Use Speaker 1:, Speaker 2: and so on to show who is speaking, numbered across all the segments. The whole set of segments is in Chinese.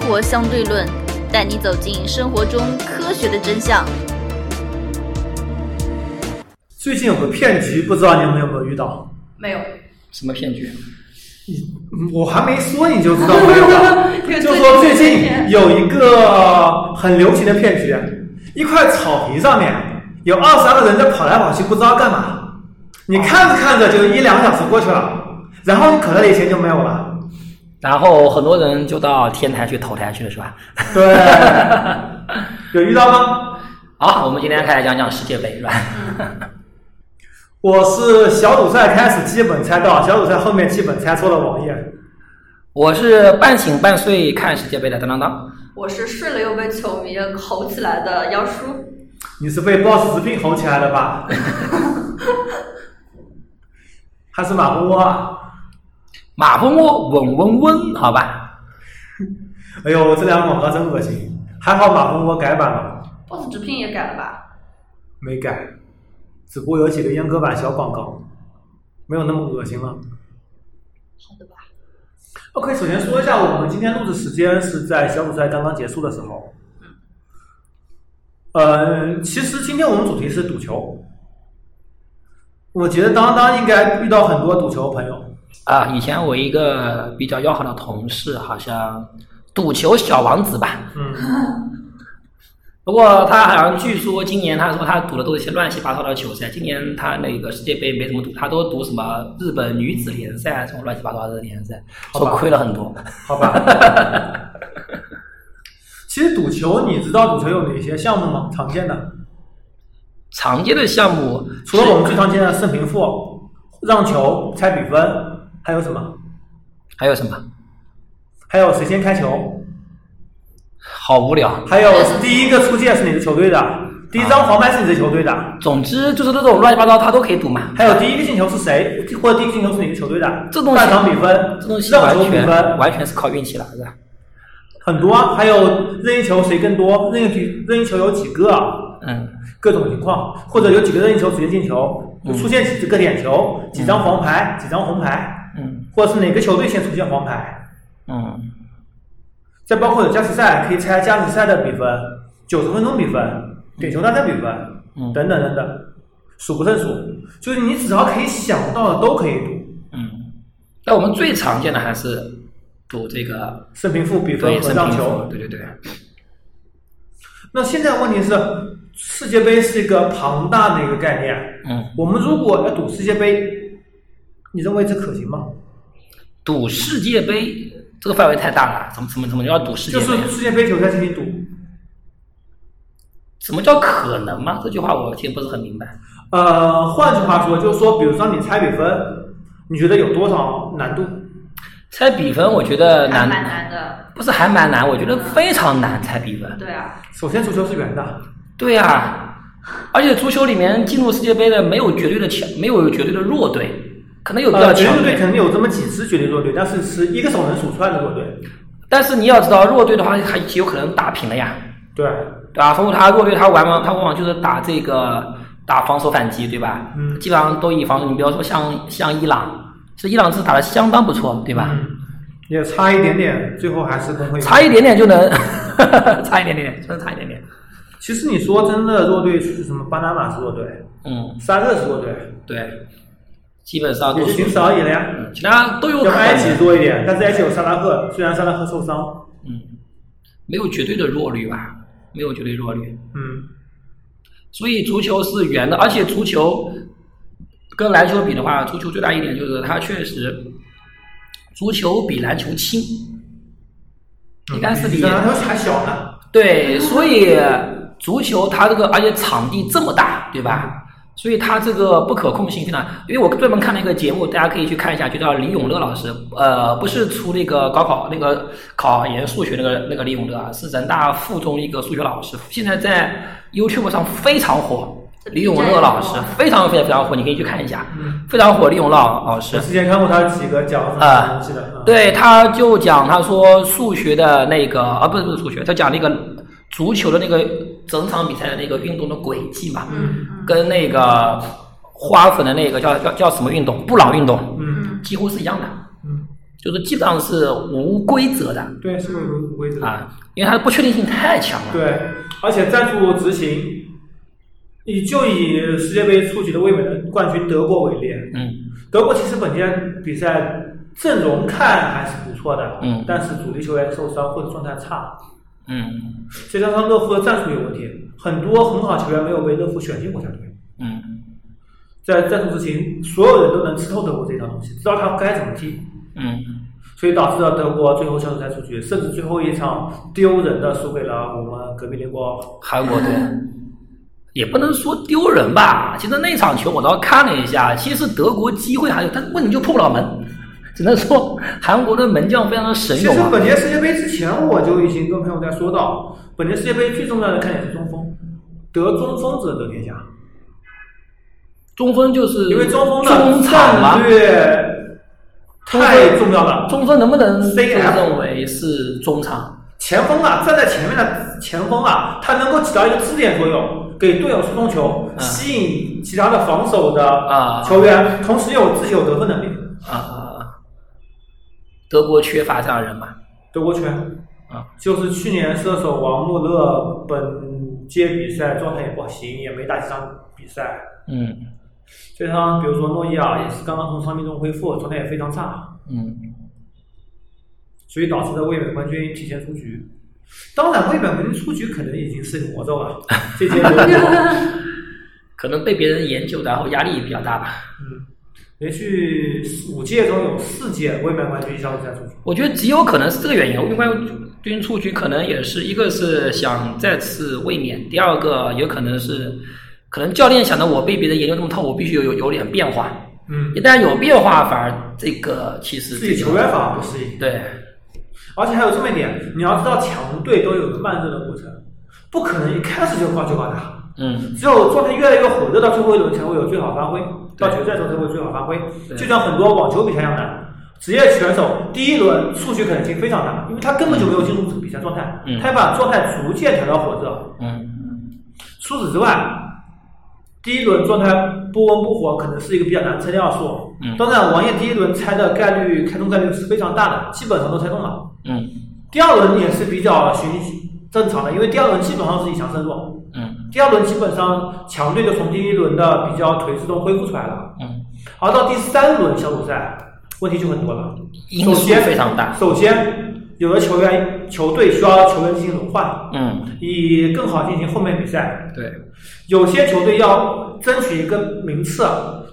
Speaker 1: 活相对论，带你走进生活中科学的真相。
Speaker 2: 最近有个骗局，不知道你们有没有遇到？
Speaker 3: 没有，
Speaker 4: 什么骗局？
Speaker 2: 嗯我还没说你就 知道没有了。就说最近有一个呃很流行的骗局，一块草坪上面有二十二个人在跑来跑去，不知道干嘛。你看着看着就一两个小时过去了，然后你口袋里的钱就没有了。
Speaker 4: 然后很多人就到天台去投胎去了，是吧？
Speaker 2: 对， 有遇到吗？
Speaker 4: 好，我们今天开始讲讲世界杯，是吧？
Speaker 2: 我是小组赛开始基本猜到，小组赛后面基本猜错了网页。
Speaker 4: 我是半醒半睡看世界杯的当当当，
Speaker 3: 我是睡了又被球迷吼起来的妖叔。
Speaker 2: 你是被 boss 直聘吼起来的吧？还是马蜂窝啊？
Speaker 4: 马蜂窝嗡嗡嗡，好吧？
Speaker 2: 哎呦，这两个广告真恶心。还好马蜂窝改版了，
Speaker 3: boss 直聘也改了吧？
Speaker 2: 没改，只不过有几个阉割版小广告，没有那么恶心了。
Speaker 3: 好的吧。
Speaker 2: OK，首先说一下，我们今天录制时间是在小组赛刚刚结束的时候。呃，其实今天我们主题是赌球。我觉得当当应该遇到很多赌球朋友，
Speaker 4: 啊，以前我一个比较要好的同事，好像赌球小王子吧。
Speaker 2: 嗯，
Speaker 4: 不过他好像据说今年他说他赌的都是一些乱七八糟的球赛，今年他那个世界杯没怎么赌，他都赌什么日本女子联赛啊这种乱七八糟的联赛，
Speaker 2: 好吧
Speaker 4: 说亏了很多。
Speaker 2: 好吧。 其实赌球，你知道赌球有哪些项目吗？常见的，
Speaker 4: 常见的项目
Speaker 2: 除了我们最常见的胜平负、让球、猜比分，还有什么？
Speaker 4: 还有什么？
Speaker 2: 还有谁先开球？
Speaker 4: 好无聊。
Speaker 2: 还有第一个出界是哪支球队的？第一张黄牌是哪支球队的？
Speaker 4: 总之就是这种乱七八糟，他都可以赌嘛。
Speaker 2: 还有第一个进球是谁，或者第一个进球是哪个球队的？
Speaker 4: 这东西
Speaker 2: 半场比分、
Speaker 4: 这东西
Speaker 2: 让
Speaker 4: 完
Speaker 2: 球比
Speaker 4: 全
Speaker 2: 分
Speaker 4: 完全是靠运气了，是吧？
Speaker 2: 很多啊，还有任意球谁更多，任意球任意球有几个啊？
Speaker 4: 嗯，
Speaker 2: 各种情况，或者有几个任意球直接进球，
Speaker 4: 嗯
Speaker 2: 出现几个点球，几张黄牌，几张红牌，
Speaker 4: 嗯
Speaker 2: 或者是哪个球队先出现黄牌，
Speaker 4: 嗯，
Speaker 2: 再包括有加时赛，可以猜加时赛的比分、九十分钟比分、点球大战比分，
Speaker 4: 嗯
Speaker 2: 等等等等，数不胜数。就是你只要可以想到的都可以赌，
Speaker 4: 嗯。那我们最常见的还是赌这个
Speaker 2: 胜平负、比分
Speaker 4: 对
Speaker 2: 和
Speaker 4: 胜
Speaker 2: 让
Speaker 4: 平负，
Speaker 2: 球。
Speaker 4: 对对对，
Speaker 2: 那现在问题是，世界杯是一个庞大的一个概念，
Speaker 4: 嗯，
Speaker 2: 我们如果要赌世界杯，你认为这可行吗？
Speaker 4: 赌世界杯这个范围太大了，怎么怎么怎么叫赌世界
Speaker 2: 就
Speaker 4: 杯啊？
Speaker 2: 是世界杯球赛进行赌。
Speaker 4: 什么叫可能吗？这句话我听不是很明白。
Speaker 2: 呃，换句话说，就是说，比如说你猜比分，你觉得有多少难度？
Speaker 4: 猜比分，我觉得
Speaker 3: 还
Speaker 4: 难，
Speaker 3: 蛮难的。
Speaker 4: 不是还蛮难，我觉得非常难猜比分。
Speaker 3: 对啊，
Speaker 2: 首先，足球是圆的，
Speaker 4: 对呀、而且足球里面进入世界杯的没有绝对的强，没有绝对的弱队，可能有比较
Speaker 2: 呃，绝
Speaker 4: 强
Speaker 2: 对
Speaker 4: 队，
Speaker 2: 队肯定有这么几支绝对弱队，但是是一个手能数出来的弱队。
Speaker 4: 但是你要知道弱队的话，还有可能打平了呀，
Speaker 2: 对，
Speaker 4: 对吧？包括他弱队，他往往他往往就是打这个打防守反击，对吧？
Speaker 2: 嗯
Speaker 4: 基本上都以防守。你比方说像像伊朗，是伊朗是打的相当不错，对吧？
Speaker 2: 嗯，也差一点点，最后还是功亏一篑。
Speaker 4: 差一点点就能， 差一点点，真的差一点点。
Speaker 2: 其实你说真的，弱队是什么？巴拿马是弱队，
Speaker 4: 嗯，
Speaker 2: 沙特是弱队，
Speaker 4: 对，基本上
Speaker 2: 也
Speaker 4: 啊都嗯
Speaker 2: 就是仅此而已了呀。
Speaker 4: 其他都有可
Speaker 2: 要埃及
Speaker 4: 能，
Speaker 2: 多一点，但是埃及有萨拉赫，虽然萨拉赫受伤，
Speaker 4: 嗯，没有绝对的弱旅吧，没有绝对弱旅。
Speaker 2: 嗯，
Speaker 4: 所以足球是圆的，而且足球跟篮球比的话，足球最大一点就是它确实，足球比篮球轻，应该是比
Speaker 2: 嗯萨拉赫还小呢。
Speaker 4: 对，所以足球它这个，而且场地这么大，对吧？所以它这个不可控性非常，因为我专门看了一个节目，大家可以去看一下，就叫李永乐老师，呃，不是出那个高考那个考研数学那个那个李永乐啊，是人大附中一个数学老师，现在在 YouTube 上非常火。李永乐老师非常非常非常火，你可以去看一下，非常火。李永乐老师
Speaker 2: 我，之前看过他几个讲什么东西的，嗯
Speaker 4: 啊对，他就讲他说数学的那个啊，不是不是数学，他讲那个足球的那个整场比赛的那个运动的轨迹嘛，
Speaker 2: 嗯
Speaker 4: 跟那个花粉的那个叫叫叫什么运动，布朗运动，
Speaker 2: 嗯
Speaker 4: 几乎是一样的。
Speaker 2: 嗯，
Speaker 4: 就是基本上是无规则的
Speaker 2: 对，是有规则。
Speaker 4: 啊，因为它的不确定性太强了。
Speaker 2: 对，而且战术执行，以就以世界杯出局的卫冕的冠军德国为例，
Speaker 4: 嗯，
Speaker 2: 德国其实本届比赛阵容看还是不错的，
Speaker 4: 嗯
Speaker 2: 但是主力球员受伤或者状态差，
Speaker 4: 嗯
Speaker 2: 再加上勒夫的战术有问题，很多很好的球员没有被勒夫选进国家队。
Speaker 4: 嗯
Speaker 2: 在战术执行，所有人都能吃透德国这一套东西，知道他该怎么踢，
Speaker 4: 嗯
Speaker 2: 所以导致了德国最后小组赛出局，甚至最后一场丢人的输给了我们隔壁邻国。
Speaker 4: 韩国队也不能说丢人吧。其实那场球我倒看了一下，其实德国机会还有，但问题就破不了门，只能说韩国的门将非常的神
Speaker 2: 其
Speaker 4: 勇
Speaker 2: 实
Speaker 4: 啊。
Speaker 2: 本届世界杯之前，我就已经跟朋友在说到，本届世界杯最重要的看点是中锋，得中锋者得天下，
Speaker 4: 呃中锋就是
Speaker 2: 因为中锋
Speaker 4: 中
Speaker 2: 的
Speaker 4: 场嘛
Speaker 2: 战，略太重要了。
Speaker 4: 中锋能不能被
Speaker 2: CF
Speaker 4: 认为是中场？
Speaker 2: 前锋啊，站在前面的前锋啊，他能够起到一个支点作用，给队友输送球，
Speaker 4: 嗯
Speaker 2: 吸引其他的防守的
Speaker 4: 啊
Speaker 2: 球员，同时又有自己有得分能力。
Speaker 4: 啊，德国缺乏这样的人嘛？
Speaker 2: 德国拳
Speaker 4: 啊，
Speaker 2: 就是去年射手王穆勒本届比赛状态也不行，也没打几场比赛。
Speaker 4: 嗯
Speaker 2: 加上比如说诺伊尔也是刚刚从伤病中恢复，状态也非常差，
Speaker 4: 嗯
Speaker 2: 所以导致了卫冕冠军提前出局。当然，卫冕冠军出局可能已经是魔咒了，这届德国。
Speaker 4: 可能被别人研究，然后压力比较大吧。
Speaker 2: 嗯，连续五届中有四届卫冕冠军小组赛出局。
Speaker 4: 我觉得极有可能是这个原因，因为关于军出局可能也是一个是想再次卫冕，第二个有可能是可能教练想着我被别人研究这么透，我必须有有有点变化，
Speaker 2: 嗯
Speaker 4: 一，旦有变化，反而这个其实
Speaker 2: 自己球员反而不适应，
Speaker 4: 对
Speaker 2: 而且还有这么一点，你要知道强队都有个慢热的过程，不可能一开始就高就高打，
Speaker 4: 嗯
Speaker 2: 只有状态越来越火热到最后一轮才会有最好发挥，到决赛的时候才会有最好发挥。
Speaker 4: 对
Speaker 2: 就像很多网球比赛一样的。职业选手第一轮出局可能性非常大，因为他根本就没有进入比赛状态，
Speaker 4: 嗯
Speaker 2: 他要把状态逐渐调到火热。
Speaker 4: 嗯
Speaker 2: 除此之外，第一轮状态不温不火，可能是一个比较难猜的要素。
Speaker 4: 嗯
Speaker 2: 当然，王艳第一轮猜的概率、开通概率是非常大的，基本上都猜中了。
Speaker 4: 嗯
Speaker 2: 第二轮也是比较循正常的，因为第二轮基本上是以强胜弱，
Speaker 4: 嗯
Speaker 2: 第二轮基本上强队就从第一轮的比较颓势中恢复出来了。
Speaker 4: 嗯，
Speaker 2: 而到第三轮小组赛，问题就很多了。
Speaker 4: 因素非常大，
Speaker 2: 首先，有的球员、球队需要球员进行轮换，
Speaker 4: 嗯
Speaker 2: 以更好进行后面比赛。
Speaker 4: 对
Speaker 2: 有些球队要争取一个名次，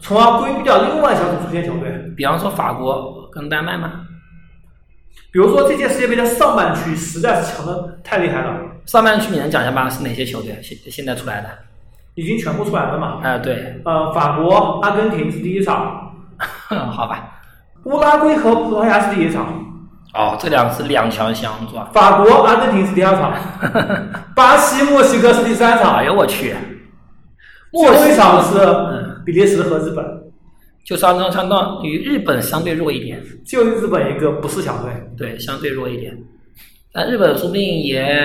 Speaker 2: 从而规避掉另外小组出线球队。
Speaker 4: 比方说法国跟丹麦嘛，
Speaker 2: 比如说这届世界杯的上半区实在是强的太厉害了，
Speaker 4: 上半区你能讲一下吗？是哪些球队现现在出来的？
Speaker 2: 已经全部出来了嘛。
Speaker 4: 啊、对，
Speaker 2: 呃，法国、阿根廷是第一场，
Speaker 4: 好吧，
Speaker 2: 乌拉圭和葡萄牙是第一场，
Speaker 4: 哦，这两是两强相撞，
Speaker 2: 法国、阿根廷是第二场，巴西、墨西哥是第三
Speaker 4: 哎
Speaker 2: 场，
Speaker 4: 呦我去，嗯
Speaker 2: 最后一场是比利时和日本，
Speaker 4: 就相当相当于日本相对弱一点，
Speaker 2: 就日本一个不是强队。
Speaker 4: 对，相对弱一点。但日本说不定也，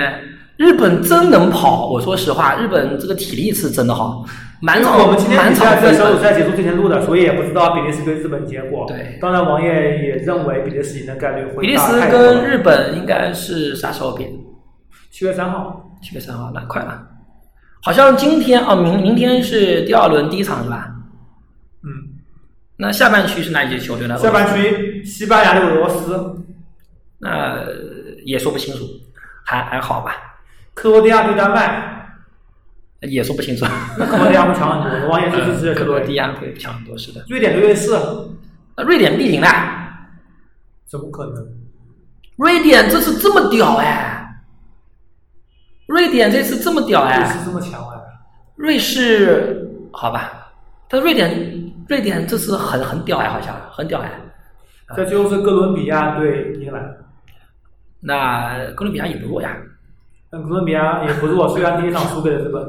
Speaker 4: 日本真能跑。我说实话，日本这个体力是真的好，满
Speaker 2: 因为
Speaker 4: 场
Speaker 2: 我们今天
Speaker 4: 满
Speaker 2: 比
Speaker 4: 场
Speaker 2: 赛在
Speaker 4: 飞
Speaker 2: 小
Speaker 4: 奔
Speaker 2: 组赛结束之前录的，所以也不知道比利时对日本结果。
Speaker 4: 对
Speaker 2: 当然王爷也认为比利时赢的概率会
Speaker 4: 比利
Speaker 2: 大
Speaker 4: 时
Speaker 2: 太多了
Speaker 4: 跟日本应该是啥时候比？
Speaker 2: 七月三号，
Speaker 4: 七月三号，那快了。好像今天啊，明明天是第二轮第一场是吧？
Speaker 2: 嗯，
Speaker 4: 那下半区是哪几支球队呢？
Speaker 2: 下半区西班牙对俄罗斯，
Speaker 4: 那呃也说不清楚，还还好吧，
Speaker 2: 克罗地亚对丹麦，
Speaker 4: 也说不清楚。
Speaker 2: 那克罗地亚会强很多，王爷是支持
Speaker 4: 克
Speaker 2: 克
Speaker 4: 罗
Speaker 2: 罗
Speaker 4: 地
Speaker 2: 地亚，
Speaker 4: 亚会强很多，是的。
Speaker 2: 瑞典对瑞士，
Speaker 4: 呃瑞典必赢啦！
Speaker 2: 怎么可能？
Speaker 4: 瑞典这次这么屌哎！瑞典这次这么屌
Speaker 2: 瑞
Speaker 4: 哎！
Speaker 2: 士这么强啊？
Speaker 4: 瑞士好吧，但瑞典瑞典这次很很屌哎，好像很屌哎。
Speaker 2: 再就是哥伦比亚对英格兰，
Speaker 4: 那哥伦比亚也不弱呀，
Speaker 2: 但哥伦比亚也不弱，虽然第一场输给了日本，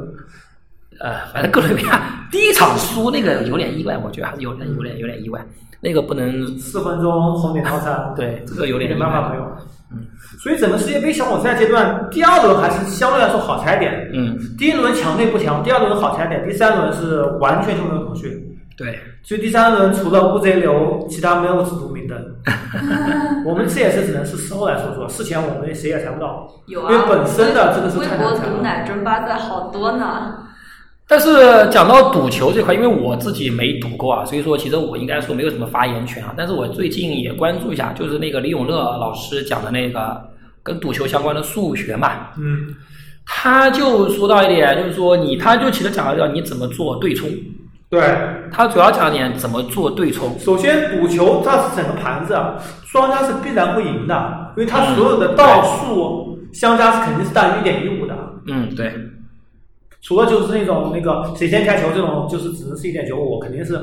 Speaker 4: 呃，反正哥伦比亚第一场输那个有点意外，我觉得还是有点有点有点意外，那个不能
Speaker 2: 四分钟红点套餐，
Speaker 4: 对这个有
Speaker 2: 一
Speaker 4: 点
Speaker 2: 点
Speaker 4: 意
Speaker 2: 办法没
Speaker 4: 外。
Speaker 2: 有。
Speaker 4: 嗯
Speaker 2: 所以整个世界杯小组赛阶段，第二轮还是相对来说好猜点。
Speaker 4: 嗯，
Speaker 2: 第一轮强队不强，第二轮好猜点，第三轮是完全就没有头绪。
Speaker 4: 对，
Speaker 2: 所以第三轮除了乌贼流，其他没有指出明灯。 我们这也是只能是事后来说说，事前我们谁也猜不到。
Speaker 3: 有
Speaker 2: 因
Speaker 3: 啊
Speaker 2: 为，本身的这个是
Speaker 3: 微
Speaker 2: 太难
Speaker 3: 博
Speaker 2: 猜了
Speaker 3: 毒奶争霸赛好多呢。
Speaker 4: 但是讲到赌球这块，因为我自己没赌过啊，所以说其实我应该说没有什么发言权啊。但是我最近也关注一下，就是那个李永乐老师讲的那个跟赌球相关的数学嘛，
Speaker 2: 嗯，
Speaker 4: 他就说到一点，就是说你，他就其实讲了你怎么做对冲，
Speaker 2: 对。
Speaker 4: 他主要讲了点怎么做对冲。
Speaker 2: 首先，赌球它是整个盘子啊，庄家是必然会赢的，因为它所有的道数相加是肯定是大于一点一五的，
Speaker 4: 嗯，对，
Speaker 2: 除了就是那种那个谁先开球这种，就是只能是一点九五，肯定是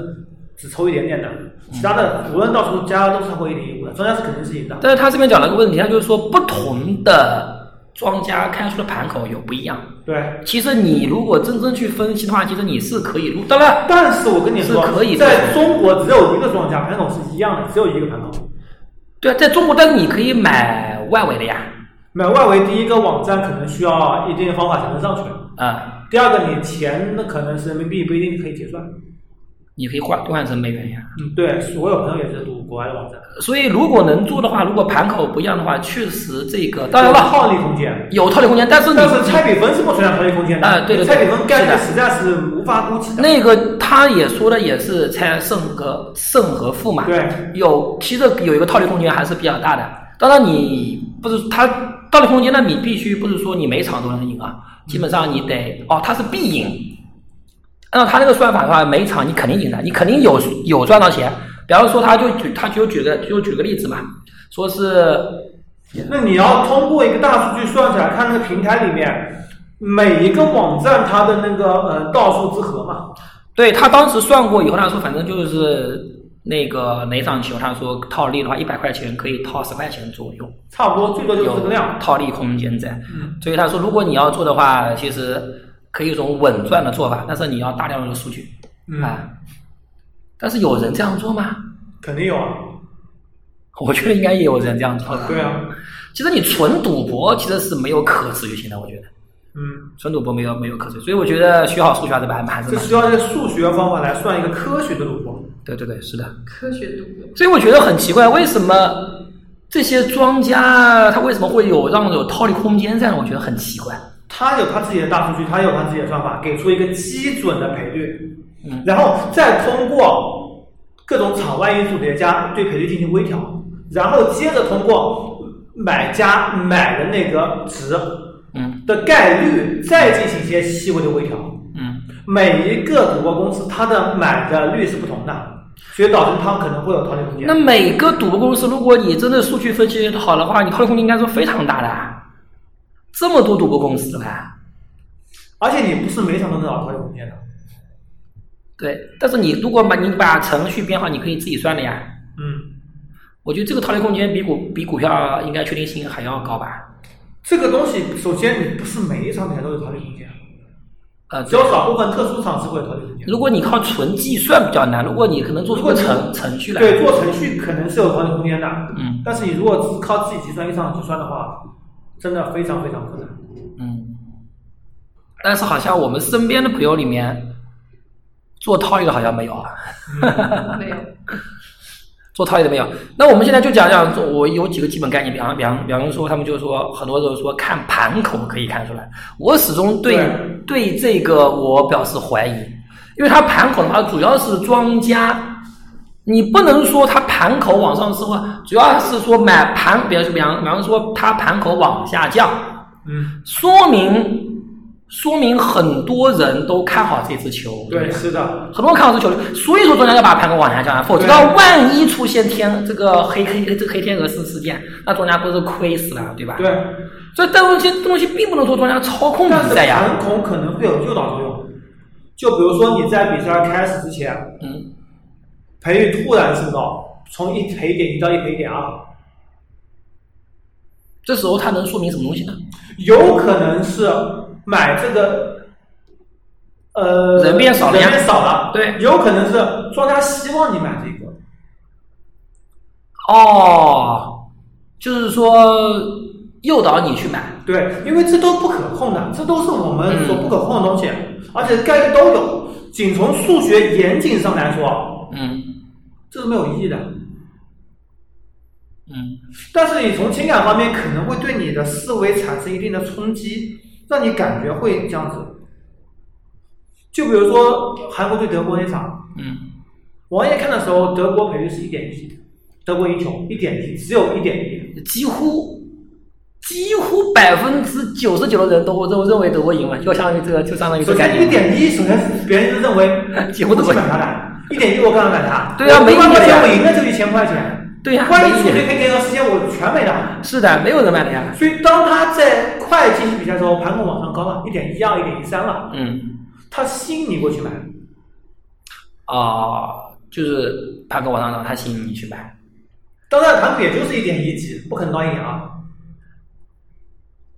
Speaker 2: 只抽一点点的，其他的无论到处加都是超过一点一五的，庄家是肯定是赢的。
Speaker 4: 但是他这边讲了个问题，他就是说不同的庄家开出的盘口有不一样。
Speaker 2: 对，
Speaker 4: 其实你如果真正去分析的话，其实你是可以，当然
Speaker 2: 但是我跟你说
Speaker 4: 是可以，的
Speaker 2: 在中国只有一个庄家盘口是一样的，只有一个盘口。
Speaker 4: 对啊，在中国，但是你可以买外围的呀，
Speaker 2: 买外围第一个网站可能需要一定的方法才能上去，
Speaker 4: 啊、
Speaker 2: 第二个你钱那可能是人民币不一定可以结算。
Speaker 4: 你可以换兑换成美元呀。
Speaker 2: 嗯，对，我有朋友也是读国外的网站，
Speaker 4: 所以如果能做的话，如果盘口不一样的话，确实这个当然
Speaker 2: 有
Speaker 4: 了
Speaker 2: 套利空间，
Speaker 4: 有套利空间，但是你
Speaker 2: 但是拆比分是不存在套利空间的
Speaker 4: 啊对对对
Speaker 2: 拆比分概
Speaker 4: 是
Speaker 2: 率
Speaker 4: 的
Speaker 2: 实在是无法估计的。
Speaker 4: 那个他也说的也是猜胜和胜和负嘛，
Speaker 2: 对，
Speaker 4: 有其实有一个套利空间还是比较大的。当然你不是他套利空间，那你必须不是说你每场都能赢啊，基本上你得哦，他是必赢。按照他那个算法的话，每场你肯定赢的，你肯定有有赚到钱。比方说，他就举他就举个就举个例子嘛，说是
Speaker 2: 那你要通过一个大数据算起来，看那个平台里面每一个网站它的那个呃道数之和嘛。
Speaker 4: 对他当时算过以后，他说反正就是那个哪场球，他说套利的话，一百块钱可以套十块钱左右。
Speaker 2: 差不多，最多就是这个量。嗯
Speaker 4: 套利空间在。所以他说，如果你要做的话，其实可以有一种稳赚的做法，但是你要大量的数据、
Speaker 2: 嗯，
Speaker 4: 啊。但是有人这样做吗？
Speaker 2: 肯定有啊。
Speaker 4: 我觉得应该也有人这样做的。
Speaker 2: 对啊，
Speaker 4: 其实你纯赌博其实是没有可持续性的，我觉得
Speaker 2: 嗯，
Speaker 4: 纯赌博没有没有可持续，所以我觉得需要数学还是蛮还是
Speaker 2: 这
Speaker 4: 蛮
Speaker 2: 需要用数学方法来算一个科学的赌博。
Speaker 4: 对对对，是的。
Speaker 3: 科学赌博，
Speaker 4: 所以我觉得很奇怪，为什么这些庄家他为什么会有让有套利空间在呢？我觉得很奇怪。
Speaker 2: 他有他自己的大数据，他有他自己的算法，给出一个基准的赔率，
Speaker 4: 嗯
Speaker 2: 然后再通过各种场外因素叠加对赔率进行微调，然后接着通过买家买的那个值
Speaker 4: 嗯
Speaker 2: 的概率再进行一些细微的微调。
Speaker 4: 嗯，
Speaker 2: 每一个赌博公司它的买的率是不同的，所以导致它可能会有套利空间
Speaker 4: 那。每个赌博公司，如果你真的数据分析好的话，你套利空间应该是非常大的啊。这么多赌博公司啊吧，
Speaker 2: 而且你不是每场都能找到套利空间的。
Speaker 4: 对。但是你如果把你把程序编好，你可以自己算的呀。
Speaker 2: 嗯，
Speaker 4: 我觉得这个套利空间比股比股票应该确定性还要高吧？
Speaker 2: 这个东西首先你不是每一场比赛都有套利空间。
Speaker 4: 呃，
Speaker 2: 只有少部分特殊场次会有套利空间。
Speaker 4: 如果你靠纯计算比较难，如果你可能做出个程程序来，
Speaker 2: 对，做程序可能是有套利空间的，
Speaker 4: 嗯
Speaker 2: 但是你如果只是靠自己计算一场计算的话，真的非常非常困难。
Speaker 4: 嗯。但是好像我们身边的朋友里面，做套利的好像没有啊。
Speaker 3: 没有。
Speaker 4: 做套利的没有。那我们现在就讲讲，我有几个基本概念，比方比方比方说，他们就说很多时候说看盘口可以看出来。我始终对对这个我表示怀疑，因为它盘口的话主要是庄家，你不能说它盘口往上之后，主要是说买盘，比方说比方比方说它盘口往下降，
Speaker 2: 嗯，
Speaker 4: 说明。说明很多人都看好这支球队，
Speaker 2: 对，是的，
Speaker 4: 很多看好这球队，所以说庄家要把盘口往下降啊，否则
Speaker 2: 对啊
Speaker 4: 万一出现天这个黑黑这个黑天鹅事事件，那庄家不是亏死了，对吧？。
Speaker 2: 对。
Speaker 4: 所以这东西东西并不能说庄家操控
Speaker 2: 但
Speaker 4: 比
Speaker 2: 是
Speaker 4: 赛嗯呀、
Speaker 2: 盘孔可能会有诱导作用，就比如说你在比赛开始之前，
Speaker 4: 嗯，
Speaker 2: 赔率突然升高，从一赔一点一到一赔一点二，
Speaker 4: 这时候它能说明什么东西呢？
Speaker 2: 有可能是买这个，呃，
Speaker 4: 人变少了呀
Speaker 2: 人变少了，
Speaker 4: 对
Speaker 2: 有可能是庄家希望你买这个，
Speaker 4: 哦，就是说诱导你去买，
Speaker 2: 对，因为这都不可控的，这都是我们所不可控的东西，而且概率都有。仅从数学严谨上来说，跑，
Speaker 4: 嗯
Speaker 2: 这是没有意义的。
Speaker 4: 嗯
Speaker 2: 但是你从情感方面可能会对你的思维产生一定的冲击，让你感觉会这样子。就比如说韩国对德国那场，
Speaker 4: 嗯
Speaker 2: 我王爷看的时候，德国赔率是一点一，德国赢球一点一，只有一点一。
Speaker 4: 嗯，几乎几乎百分之九十九的人都认认为德国赢了，就相当于这个，就相当于这
Speaker 2: 首
Speaker 4: 个概
Speaker 2: 先一
Speaker 4: 念。
Speaker 2: 点一，首先别人就认 为
Speaker 4: 几乎都
Speaker 2: 不
Speaker 4: 不
Speaker 2: 敢他打，一点一我干嘛敢打？
Speaker 4: 对啊
Speaker 2: 我
Speaker 4: 没意义啊
Speaker 2: 万块钱我赢了就一千块钱，
Speaker 4: 对呀、
Speaker 2: 万一
Speaker 4: 没
Speaker 2: 出
Speaker 4: 意啊
Speaker 2: 去
Speaker 4: 见
Speaker 2: 可以给到时间我全没了。
Speaker 4: 是的，没有人买的呀。
Speaker 2: 所以当他在快进行比赛的时候，盘口往上高了，一点一二，一点一三了，
Speaker 4: 嗯
Speaker 2: 他吸引你过去买。
Speaker 4: 啊、就是盘口往上涨，他吸引你去买。
Speaker 2: 当然，盘口也就是一点一几，不可能到一点啊二。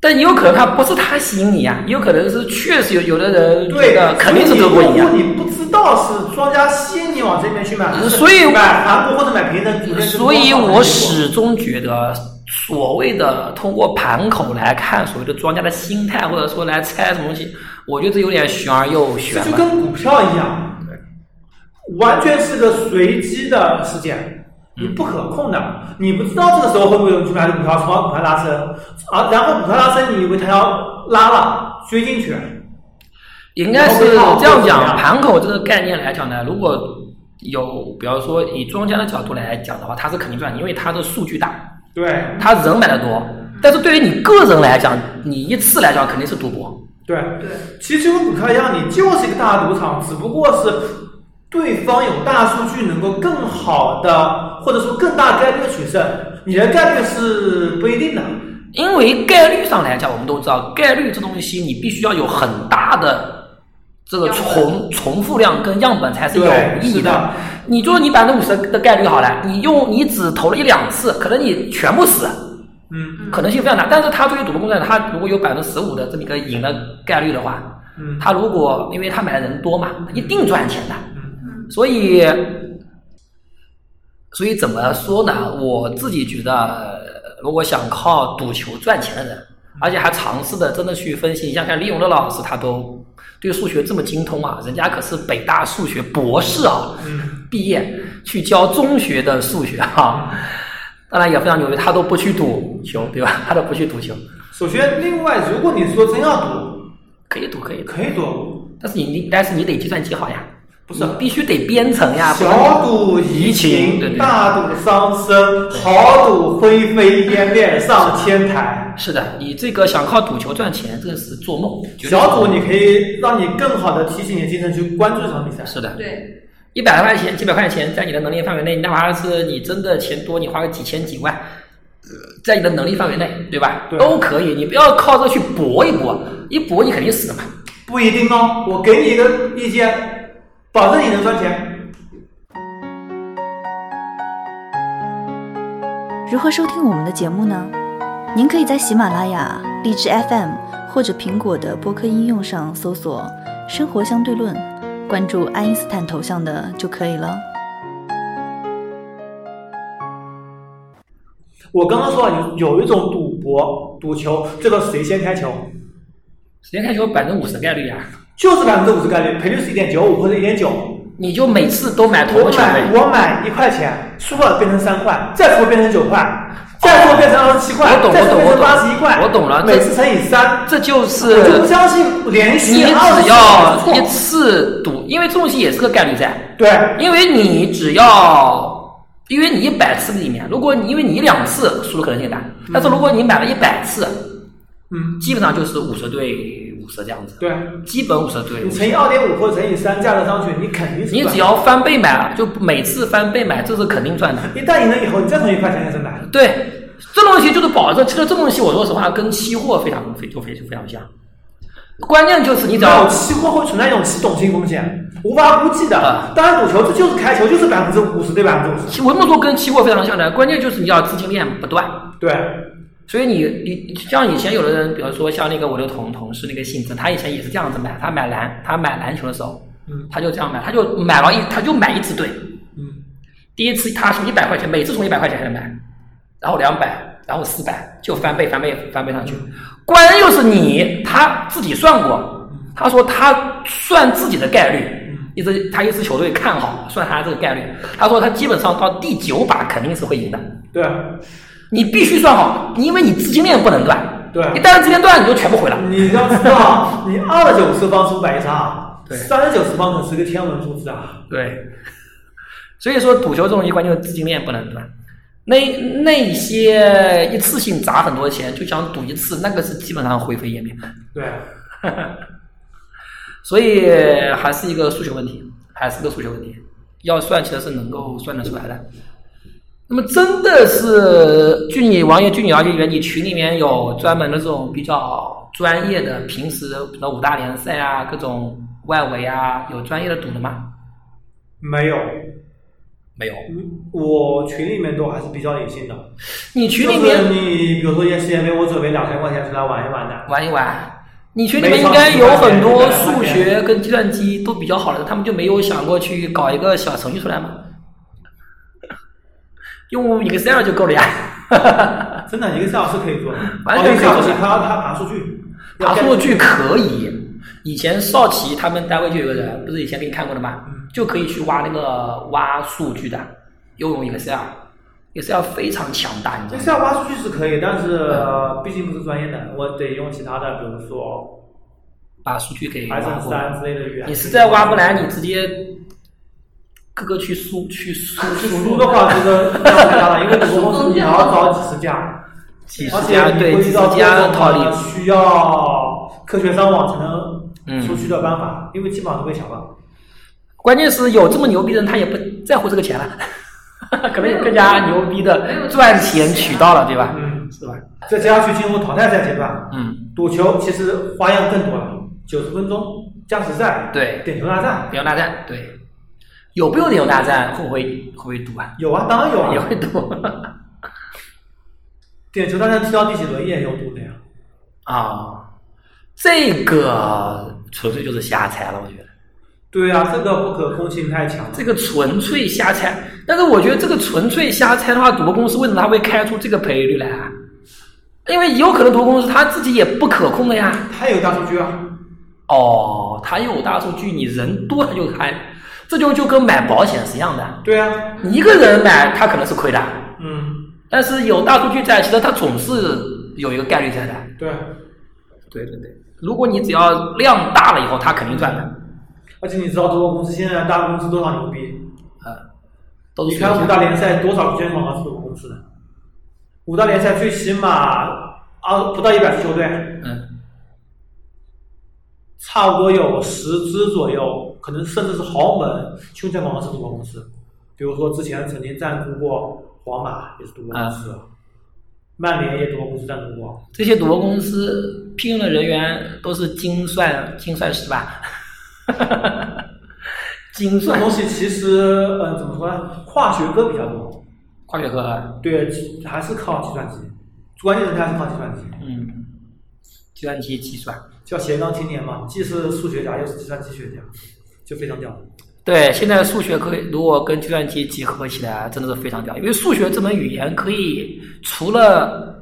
Speaker 4: 但也有可能他不是他吸引你呀、也有可能是确实有有的人觉
Speaker 2: 对
Speaker 4: 得，啊肯定是德国赢呀、
Speaker 2: 如果你不知道是庄家吸引你往这边去买，
Speaker 4: 所以
Speaker 2: 买韩国或者买别的，
Speaker 4: 所以我始终觉得，所谓的通过盘口来看所谓的庄家的心态，或者说来猜什么东西，我觉得这有点玄而又
Speaker 2: 这
Speaker 4: 玄
Speaker 2: 就
Speaker 4: 了。
Speaker 2: 跟股票一样，完全是个随机的事件，你不可控的，你不知道这个时候会不会有人去买股票，从而股票拉升，啊，然后股票拉升，你以为它要拉了，追进去，
Speaker 4: 应该是这样讲，盘口这个概念来讲呢，如果有，比方说以庄家的角度来讲的话，他是肯定赚，因为他的数据大，
Speaker 2: 对
Speaker 4: 他人买的多。但是对于你个人来讲，你一次来讲肯定是赌博。
Speaker 2: 对，
Speaker 3: 对，
Speaker 2: 其实就跟股票一样，你就是一个大赌场，只不过是对方有大数据能够更好的，或者说更大概率地取胜，你的概率是不一定的。
Speaker 4: 因为概率上来讲，我们都知道，概率这东西你必须要有很大的这个重重复量跟样本才是有
Speaker 2: 对
Speaker 4: 意义
Speaker 2: 是的
Speaker 4: 你就说你百分之五十的概率好了，你用你只投了一两次，可能你全部死，
Speaker 2: 嗯
Speaker 4: 可能性非常大。但是他作为赌博公司，他如果有百分之十五的这么一个赢的概率的话，
Speaker 2: 嗯，
Speaker 4: 他如果因为他买的人多嘛，他一定赚钱的。
Speaker 2: 嗯
Speaker 4: 所以，所以怎么说呢？我自己觉得，呃如果想靠赌球赚钱的人，而且还尝试的真的去分析，你像看李永乐老师，他都对数学这么精通啊，人家可是北大数学博士啊，
Speaker 2: 嗯
Speaker 4: 毕业去教中学的数学啊，当然也非常牛逼，他都不去赌球，对吧？他都不去赌球，
Speaker 2: 首先，另外，如果你说真要赌，
Speaker 4: 可以赌，可以赌，
Speaker 2: 可以赌，
Speaker 4: 但是你你但是你得计算机好呀，
Speaker 2: 不是啊
Speaker 4: 你必须得编程呀，不然
Speaker 2: 小赌怡
Speaker 4: 对对
Speaker 2: 情，
Speaker 4: 对
Speaker 2: 大赌伤身，豪赌灰飞烟灭上天台。
Speaker 4: 是的，你这个想靠赌球赚钱，这是做梦。绝对是
Speaker 2: 小赌你可以让你更好的提起你的精神去关注这场比赛。
Speaker 4: 是的，
Speaker 3: 对，
Speaker 4: 一百块钱、几百块钱，在你的能力范围内，哪怕是你真的钱多，你花个几千几万，呃在你的能力范围内，对吧？
Speaker 2: 对
Speaker 4: 都可以，你不要靠这去搏一搏，一搏你肯定死的嘛。
Speaker 2: 不一定哦，我给你一个意见，保证你能赚钱。
Speaker 5: 如何收听我们的节目呢？您可以在喜马拉雅、荔枝 FM 或者苹果的播客应用上搜索“生活相对论”，关注爱因斯坦头像的就可以了。
Speaker 2: 我刚刚说了，有有一种赌博、赌球，这个谁先开球，
Speaker 4: 时间开球百分之五十的概率啊，
Speaker 2: 就是百分之五十概率，赔率是一点九五或者一点九。
Speaker 4: 你就每次都买同
Speaker 2: 我
Speaker 4: 个球
Speaker 2: 买
Speaker 4: 位。
Speaker 2: 我买一块钱，输了变成三块，再输变成九块，再输变成二十七块，
Speaker 4: 哦我懂
Speaker 2: 再输
Speaker 4: 我懂
Speaker 2: 变成
Speaker 4: 我
Speaker 2: 八
Speaker 4: 懂
Speaker 2: 十一块，
Speaker 4: 我懂了
Speaker 2: 每
Speaker 4: 这
Speaker 2: 次乘以三，
Speaker 4: 这就是
Speaker 2: 我就不相信连
Speaker 4: 你
Speaker 2: 续二
Speaker 4: 只
Speaker 2: 十
Speaker 4: 要一次赌，因为这东西也是个概率在。
Speaker 2: 对
Speaker 4: 因为你只要，因为你一百次里面，如果你因为你两次输的可能性大，但是如果你买了一百次，
Speaker 2: 嗯，
Speaker 4: 基本上就是五十对五十这样子，
Speaker 2: 对，
Speaker 4: 基本五十对
Speaker 2: 你
Speaker 4: 50
Speaker 2: 乘以二点五或者乘以三价格上去，你肯定是
Speaker 4: 你
Speaker 2: 赚
Speaker 4: 只要翻倍买，就每次翻倍买，这是肯定赚的。
Speaker 2: 一旦赢了以后，你再从一块钱开始买。
Speaker 4: 对，这东西就是保证。其实这东西，我说实话，跟期货非常非就非就非常像。关键就是你只
Speaker 2: 那
Speaker 4: 要
Speaker 2: 有期货会存在一种系统性风险，无法估计
Speaker 4: 啊
Speaker 2: 的。当然，赌球这就是开球，就是百分之五十对百分之五十。
Speaker 4: 期，我为什么说跟期货非常像呢？关键就是你要资金链不断。
Speaker 2: 对，
Speaker 4: 所以你你像以前有的人，比如说像那个我的同同事那个信子，他以前也是这样子买，他买篮他买篮球的时候，
Speaker 2: 嗯
Speaker 4: 他就这样买，他就买了一他就买一支队，
Speaker 2: 嗯，
Speaker 4: 第一次他从一百块钱，每次从一百块钱开始买，然后两百，然后四百，就翻倍翻倍翻倍上去。关键就是你他自己算过，他说他算自己的概率，一支他一支球队看好，算他这个概率。他说他基本上到第九把肯定是会赢的，
Speaker 2: 对啊
Speaker 4: 你必须算好，因为你资金链不能断，
Speaker 2: 对
Speaker 4: 一旦资金链断，你就全部毁了。
Speaker 2: 你要知道，你二十九次方是五百一十二，
Speaker 4: 对
Speaker 2: 三十九次方可是个天文数字啊！
Speaker 4: 对，所以说赌球这种一关就是资金链不能断。那那些一次性砸很多钱就想赌一次，那个是基本上灰飞烟灭。
Speaker 2: 对，
Speaker 4: 所以还是一个数学问题，还是个数学问题，要算其实是能够算得出来的。那么真的是据你王爷据你了解，原理群里面有专门的这种比较专业的，平时什么五大联赛啊，各种外围啊，有专业的赌的吗？
Speaker 2: 没有，
Speaker 4: 没有。
Speaker 2: 我群里面都还是比较理性的。
Speaker 4: 你群
Speaker 2: 就
Speaker 4: 里
Speaker 2: 是
Speaker 4: 面
Speaker 2: 你比如说一些时间杯，我准备两千块钱出来玩一玩的。
Speaker 4: 玩一玩。你群里面应该有很多数学跟计算机都比较好的，他们就没有想过去搞一个小程序出来吗？用 Excel 就够了呀。
Speaker 2: 真的，一个小时可以做，
Speaker 4: 完全可以做
Speaker 2: 哦一个小时他要他爬数据，
Speaker 4: 爬数据可以，以前少奇他们单位就有个人，不是以前给你看过的吗？就可以去挖那个挖数据的，又用 Excel。Excel 非常强大，你知
Speaker 2: 这
Speaker 4: 道
Speaker 2: 是
Speaker 4: 吗？
Speaker 2: 要挖数据是可以，但是、呃毕竟不是专业的，我得用其他的，比如说
Speaker 4: 把数据给挖
Speaker 2: Python
Speaker 4: 过来。
Speaker 2: 三之类的语言。
Speaker 4: 你实在挖不来，你直接各个去输去输输
Speaker 2: 输的话，这个要太大了，因为总共你要找几十家，
Speaker 4: 几十
Speaker 2: 而
Speaker 4: 家
Speaker 2: 且你
Speaker 4: 对
Speaker 2: 会
Speaker 4: 几
Speaker 2: 遇
Speaker 4: 十
Speaker 2: 到各
Speaker 4: 家套
Speaker 2: 种
Speaker 4: 利
Speaker 2: 的，需要科学上网才能
Speaker 4: 嗯
Speaker 2: 出去的办法，因为基本上都被抢了。
Speaker 4: 关键是有这么牛逼的人，他也不在乎这个钱了，可能有更加牛逼的赚钱渠道了，对吧？
Speaker 2: 嗯，
Speaker 4: 是吧？
Speaker 2: 再接下去进入淘汰赛阶段，
Speaker 4: 嗯，
Speaker 2: 赌球其实花样更多了，九十分钟加时赛，
Speaker 4: 对
Speaker 2: 点球大战
Speaker 4: 点球大战对，有没有点球大战？会不会会不会赌啊？
Speaker 2: 有啊，当然有
Speaker 4: 也
Speaker 2: 啊，
Speaker 4: 会赌
Speaker 2: 点球大战踢到第几轮也有赌的呀。
Speaker 4: 啊，这个纯粹就是瞎猜了，我觉得。
Speaker 2: 对啊，这个不可控性太强了。
Speaker 4: 这个纯粹瞎猜，但是我觉得这个纯粹瞎猜的话，赌博公司为什么他会开出这个赔率来啊？因为有可能赌博公司他自己也不可控的呀。
Speaker 2: 它有大数据啊，
Speaker 4: 哦，他又有大数据，你人多他就开，这就就跟买保险是一样的。
Speaker 2: 对啊，
Speaker 4: 你一个人买，他可能是亏的，
Speaker 2: 嗯，
Speaker 4: 但是有大数据在，其实他总是有一个概率在的。
Speaker 2: 对，啊
Speaker 4: 对对对，如果你只要量大了以后，他肯定赚的。
Speaker 2: 而且你知道多个公司现在大公司多少牛逼？
Speaker 4: 啊、都
Speaker 2: 你
Speaker 4: 是
Speaker 2: 看五大联赛多少捐款到多个公司的？五大联赛最起码啊不到一百支球队，
Speaker 4: 嗯，
Speaker 2: 差不多有十支左右，可能甚至是豪门去捐款到赌博公司。比如说之前曾经赞助过皇马也是赌博公司，
Speaker 4: 啊
Speaker 2: 曼联也赌博公司赞助过，
Speaker 4: 这些赌博公司聘用的人员都是精算精算师吧？ 精
Speaker 2: 这种
Speaker 4: 算
Speaker 2: 东西其实嗯怎么说呢？化学科比较多。
Speaker 4: 跨学科，
Speaker 2: 对，其还是靠计算机，关键是它还是靠计算机，
Speaker 4: 嗯，计算机计算。
Speaker 2: 叫斜杠青年嘛，既是数学家又是计算机学家，就非常屌。
Speaker 4: 对，现在数学可以，如果跟计算机结合起来，啊真的是非常屌。因为数学这门语言可以除了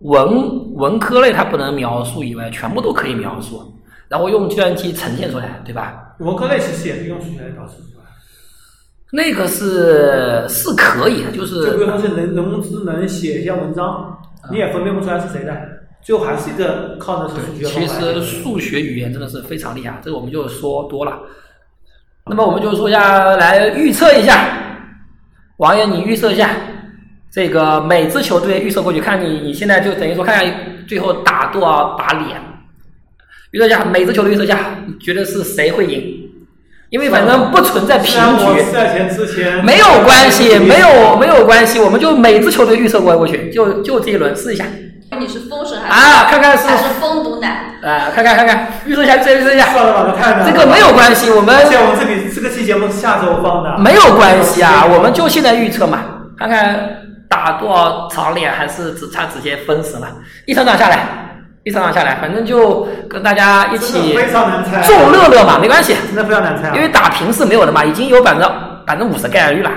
Speaker 4: 文文科类它不能描述以外，全部都可以描述，然后用计算机呈现出来，对吧？
Speaker 2: 文科类其实也是用数学来表示出来，
Speaker 4: 那个是是可以的，就
Speaker 2: 就比如
Speaker 4: 是
Speaker 2: 说是人人工智能写一篇文章，你也分辨不出来是谁的，最后还是一个靠的是数学方
Speaker 4: 其
Speaker 2: 法来
Speaker 4: 实
Speaker 2: 的。
Speaker 4: 数学语言真的是非常厉害，这个我们就说多了。那么我们就说一下来预测一下，王爷你预测一下这个每支球队预测过去，看你你现在就等于说看一下最后打多少把脸，预测一下每支球队预测一下，你觉得是谁会赢？因为反正不存在平
Speaker 2: 虽然我
Speaker 4: 局，
Speaker 2: 赛前之前
Speaker 4: 没有关系，没有没有关系，我们就每支球队预测过过去，就就这一轮试一下
Speaker 3: 你是封神还是、
Speaker 4: 啊，看看是
Speaker 2: 哎
Speaker 3: 还是封毒奶？
Speaker 4: 啊，看看看看，预测一下，预测一下预测一下。
Speaker 2: 算了吧，太难了。
Speaker 4: 这个没有关系，我们
Speaker 2: 而且我们这里这个期节目是下周放的，
Speaker 4: 没有关系啊，我们就现在预测嘛，看看打多少场脸，还是只差直接分死了，一场场下来，一场场下来，反正就跟大家一
Speaker 2: 真的
Speaker 4: 起
Speaker 2: 非常难猜，
Speaker 4: 众乐乐嘛，没关系，
Speaker 2: 真的非常难猜啊，
Speaker 4: 因为打平是没有的嘛，已经有百分之百分之五十概率了，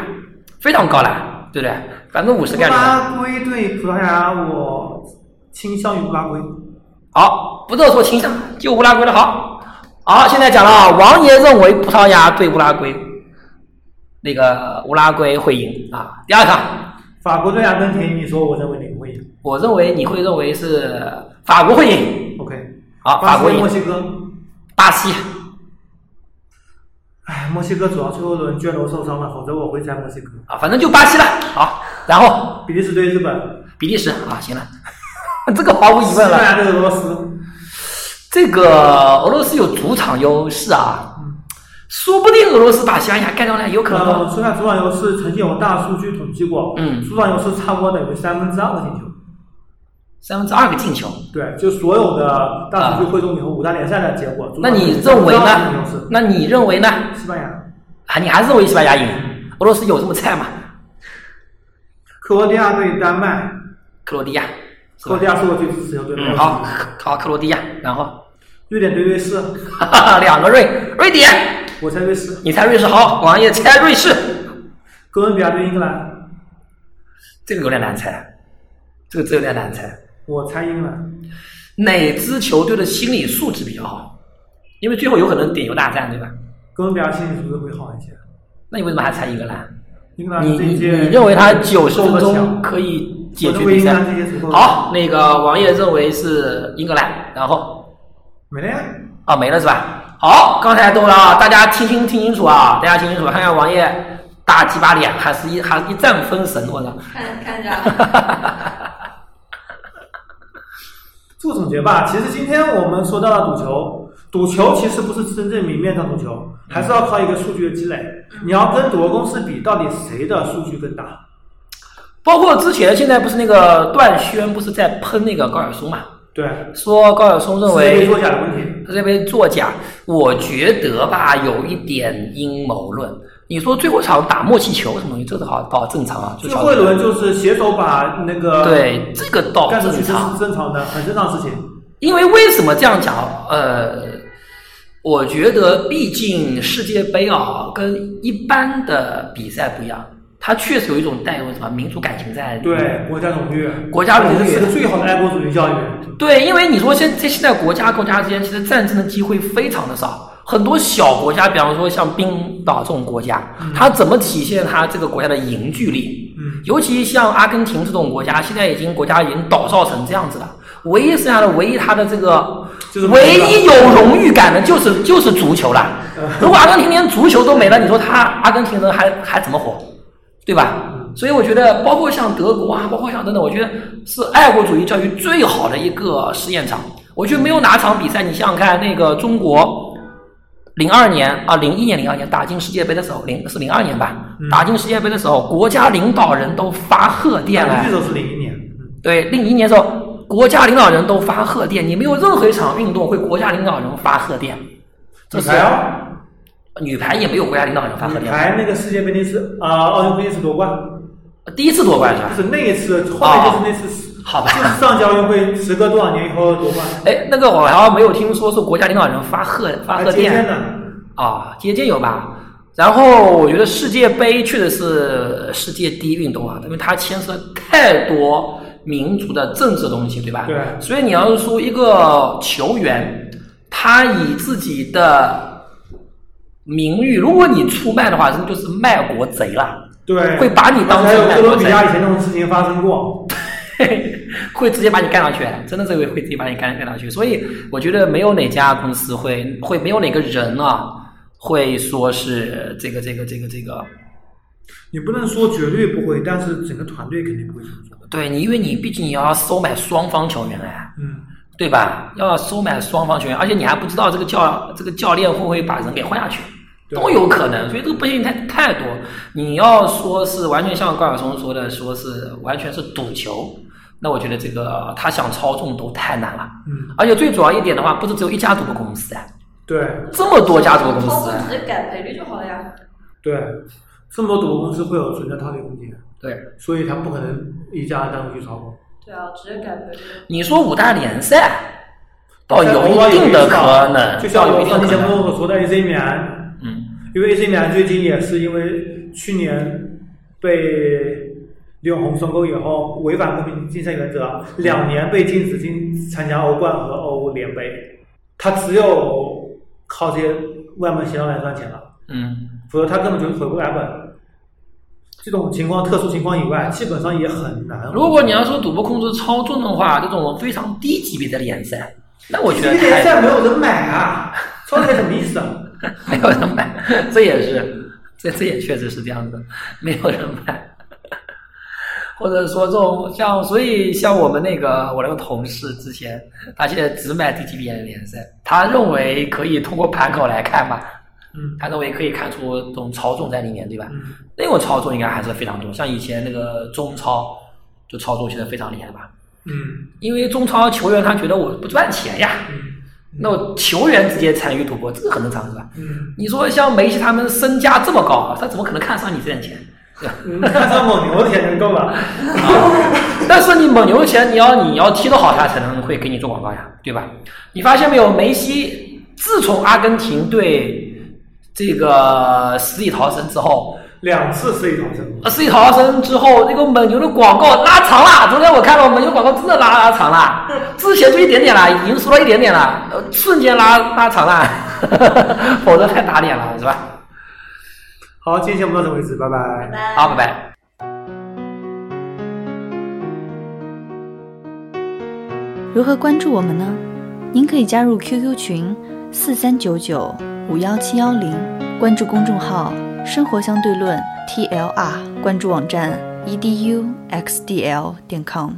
Speaker 4: 非常高了，对不对？百分之五十
Speaker 2: 乌
Speaker 4: 概率了。
Speaker 2: 拉圭对葡萄牙，我倾向于乌拉圭。
Speaker 4: 好，不做说倾向，就乌拉圭的好。好，现在讲了，王爷认为葡萄牙对乌拉圭，那个乌拉圭会赢啊。第二场，
Speaker 2: 法国对阿根廷，你说我认为你会赢
Speaker 4: 我认为你会认为是法国会赢，
Speaker 2: ？OK，
Speaker 4: 好，法
Speaker 2: 巴西
Speaker 4: 国
Speaker 2: 对墨
Speaker 4: 赢，
Speaker 2: 西哥，
Speaker 4: 巴西，
Speaker 2: 哎，墨西哥主要最后一轮卷轴受伤了，否则我会猜墨西哥。
Speaker 4: 啊，反正就巴西了。好，然后
Speaker 2: 比利时对日本，
Speaker 4: 比利时啊，行了， 这个毫无疑
Speaker 2: 西
Speaker 4: 问
Speaker 2: 班
Speaker 4: 了。
Speaker 2: 牙对俄罗斯，
Speaker 4: 这个俄罗斯有主场优势啊，说不定俄罗斯把西班牙干掉呢，有可能
Speaker 2: 呃，
Speaker 4: 哦。
Speaker 2: 说一下主场优势，曾经有大数据统计过，
Speaker 4: 嗯
Speaker 2: 主场优势差不多等于三分之二的进球。
Speaker 4: 三分之二个进球，
Speaker 2: 对，就所有的大数据汇总以后，五大联赛的结果。
Speaker 4: 那你认为
Speaker 2: 主场优势
Speaker 4: 呢？那你认为呢？
Speaker 2: 西班牙、
Speaker 4: 啊，你还认为西班牙赢？俄罗斯有这么菜吗？
Speaker 2: 克罗地亚对丹麦，
Speaker 4: 克罗地亚，是
Speaker 2: 克罗地？
Speaker 4: 吧
Speaker 2: 亚是我最支持的球队。没有
Speaker 4: 嗯，好，好，克罗地亚，然后
Speaker 2: 瑞典对瑞士，
Speaker 4: 两个瑞，瑞典，
Speaker 2: 我猜瑞士。
Speaker 4: 你猜瑞士好，王爷猜瑞士，
Speaker 2: 哥伦比亚对英格兰，
Speaker 4: 这个有点难猜，这个这有点难猜。
Speaker 2: 我猜英格兰。
Speaker 4: 哪支球队的心理素质比较好？因为最后有可能点球大战，对吧？
Speaker 2: 哥伦比亚心理素质会好一些。
Speaker 4: 那你为什么还猜英格兰？
Speaker 2: 英格兰
Speaker 4: 你
Speaker 2: 这
Speaker 4: 你
Speaker 2: 一
Speaker 4: 你
Speaker 2: 届
Speaker 4: 认为他九十
Speaker 2: 受
Speaker 4: 分
Speaker 2: 得
Speaker 4: 钟
Speaker 2: 强
Speaker 4: 可以解
Speaker 2: 我
Speaker 4: 决
Speaker 2: 认为
Speaker 4: 比
Speaker 2: 英格
Speaker 4: 赛
Speaker 2: 兰？这些足够。，
Speaker 4: 好，那个王爷认为是英格兰，然后
Speaker 2: 没了呀。
Speaker 4: 啊没了是吧？好，刚才都了，啊大家听清听清楚啊！大家听清楚，看看王爷大鸡巴脸，还是一还是一战封神，我操！
Speaker 3: 看看 着，
Speaker 2: 做总结吧，其实今天我们说到了赌球，赌球其实不是真正明面上赌球，还是要靠一个数据的积累。你要跟赌博公司比，到底谁的数据更大？
Speaker 4: 包括之前现在不是那个段轩不是在喷那个高晓松嘛？
Speaker 2: 对，
Speaker 4: 说高晓松认
Speaker 2: 是
Speaker 4: 为
Speaker 2: 作假的问题。
Speaker 4: 这边作假，我觉得吧，有一点阴谋论。你说最后一场打默契球什么东西，这个好倒正常啊，就
Speaker 2: 最后一轮就是携手把那个
Speaker 4: 对这个倒
Speaker 2: 呃干出去，
Speaker 4: 正
Speaker 2: 这
Speaker 4: 常
Speaker 2: 是。正常的，很正常的事情。
Speaker 4: 因为为什么这样讲？呃，我觉得毕竟世界杯啊，跟一般的比赛不一样，它确实有一种带有什么民族感情在。
Speaker 2: 对，国家荣誉，
Speaker 4: 国家荣誉
Speaker 2: 这是个最好的爱国主义教育。
Speaker 4: 对，因为你说现在现在国家跟国家之间其实战争的机会非常的少，很多小国家，比方说像冰岛这种国家，它怎么体现它这个国家的凝聚力？
Speaker 2: 嗯，
Speaker 4: 尤其像阿根廷这种国家，现在已经国家已经倒造成这样子了，唯一剩下的唯一它的这个
Speaker 2: 就是
Speaker 4: 唯一有荣誉感的就是就是足球了
Speaker 2: 嗯。
Speaker 4: 如果阿根廷连足球都没了，你说他阿根廷人还还怎么活，对吧？所以我觉得，包括像德国啊，包括像等等，我觉得是爱国主义教育最好的一个试验场。我觉得没有哪场比赛，你想想看，那个中国零二年啊，零一年、零二年打进世界杯的时候，零是零二年吧，
Speaker 2: 嗯
Speaker 4: 打进世界杯的时候，国家领导人都发贺电了。
Speaker 2: 那时候是零一年，嗯
Speaker 4: 对，零一年的时候，国家领导人都发贺电，你没有任何一场运动会国家领导人发贺电，这
Speaker 2: 女
Speaker 4: 是
Speaker 2: 排哦，
Speaker 4: 女排也没有国家领导人发贺
Speaker 2: 女
Speaker 4: 电，
Speaker 2: 排那个世界杯那次啊，奥运会那次夺冠，
Speaker 4: 第一次夺冠是吧
Speaker 2: 就？是那一次，后面
Speaker 4: 啊
Speaker 2: 就是那次，
Speaker 4: 好吧
Speaker 2: 就是 上届奥运会时隔多少年以后夺冠，
Speaker 4: 哎，那个我好像没有听说是国家领导人发贺发
Speaker 2: 还
Speaker 4: 贺
Speaker 2: 接
Speaker 4: 电
Speaker 2: 哎天呢。
Speaker 4: 啊，接见有吧？然后我觉得世界杯确实是世界第一运动啊，因为它牵涉太多民族的政治东西，对吧？
Speaker 2: 对
Speaker 4: 所以你要是说一个球员，他以自己的名誉，如果你出卖的话，那就是卖国贼了，
Speaker 2: 对，
Speaker 4: 会把你当
Speaker 2: 还有
Speaker 4: 成
Speaker 2: 哥
Speaker 4: 卖国
Speaker 2: 伦比
Speaker 4: 贼，
Speaker 2: 亚以前那种事情发生过，
Speaker 4: 会直接把你干上去，真的是会会直接把你干干上去。所以我觉得没有哪家公司会会没有哪个人啊会说是这个这个这个这个，
Speaker 2: 你不能说绝对不会，但是整个团队肯定不会这么做。
Speaker 4: 对你，因为你毕竟你要收买双方球员哎，
Speaker 2: 嗯，
Speaker 4: 对吧？要收买双方球员，而且你还不知道这个教这个教练会不会把人给换下去，
Speaker 2: 对
Speaker 4: 都有可能。所以这个不确定太太多。你要说是完全像高晓松说的，说是完全是赌球，那我觉得这个他想操纵都太难了。
Speaker 2: 嗯，
Speaker 4: 而且最主要一点的话，不是只有一家赌博公司啊，
Speaker 2: 对
Speaker 4: 这么多家赌博公
Speaker 3: 超
Speaker 4: 司
Speaker 3: 过
Speaker 4: 啊，
Speaker 3: 只是改赔率就好了呀。
Speaker 2: 对，这么多赌博公司会有存在套利空间，
Speaker 4: 对。
Speaker 2: 所以他不可能一家单独去操控。
Speaker 3: 对啊，只是改赔率。
Speaker 4: 你说五大联赛，倒
Speaker 2: 但
Speaker 4: 哦有
Speaker 2: 偶尔
Speaker 4: 一定的可能，
Speaker 2: 就像
Speaker 4: 倒有
Speaker 2: 我
Speaker 4: 一定
Speaker 2: 上期
Speaker 4: 可
Speaker 2: 节目
Speaker 4: 能。
Speaker 2: 中所说的 AC 米兰，
Speaker 4: 嗯，
Speaker 2: 因为 AC 米兰最近也是因为去年被李永红收购以后，违反公平竞赛原则，两年被禁止进参加欧冠和欧联杯，他只有靠这些外卖协商来赚钱了，
Speaker 4: 嗯
Speaker 2: 否则他根本就回不来本。这种情况，特殊情况以外，基本上也很难。
Speaker 4: 如果你要说赌博控制操纵的话，这种非常低级别的联赛，那我觉
Speaker 2: 这
Speaker 4: 得
Speaker 2: 个联
Speaker 4: 太
Speaker 2: 赛没有人买啊，超级什么意思啊？
Speaker 4: 没有人买，这也是，这这也确实是这样子，没有人买。或者说这种像，所以像我们那个我那个同事之前，他现在只买 DTBL 联赛，他认为可以通过盘口来看嘛，
Speaker 2: 嗯
Speaker 4: 他认为可以看出这种操纵在里面，对吧？
Speaker 2: 嗯，
Speaker 4: 那种操纵应该还是非常多，像以前那个中超就操纵现在非常厉害吧，
Speaker 2: 嗯
Speaker 4: 因为中超球员他觉得我不赚钱呀，
Speaker 2: 嗯
Speaker 4: 那我球员直接参与赌博，这个很正常是吧？
Speaker 2: 嗯
Speaker 4: 你说像梅西他们身价这么高，啊他怎么可能看上你这点钱？对吧啊
Speaker 2: 嗯，看上蒙牛的钱就够了。
Speaker 4: 但是你蒙牛的钱，你要你要踢得好，他才能会给你做广告呀，对吧？你发现没有，梅西自从阿根廷队这个死里逃生之后，
Speaker 2: 两次四亿逃生，
Speaker 4: 呃死里逃生之后，那个蒙牛的广告拉长了。昨天我看到蒙牛广告真的拉拉长了，之前就一点点啦，已经输了一点点啦，呃瞬间拉拉长了， 否则太打脸了，是吧？
Speaker 2: 好，今天节目到此为止，拜拜
Speaker 1: 拜。拜
Speaker 4: 好，拜拜。
Speaker 5: 如何关注我们呢？您可以加入 QQ 群四三九九五幺七幺零，关注公众号“生活 E 相对论 ”TLR，关注网站 eduxdl 点 com。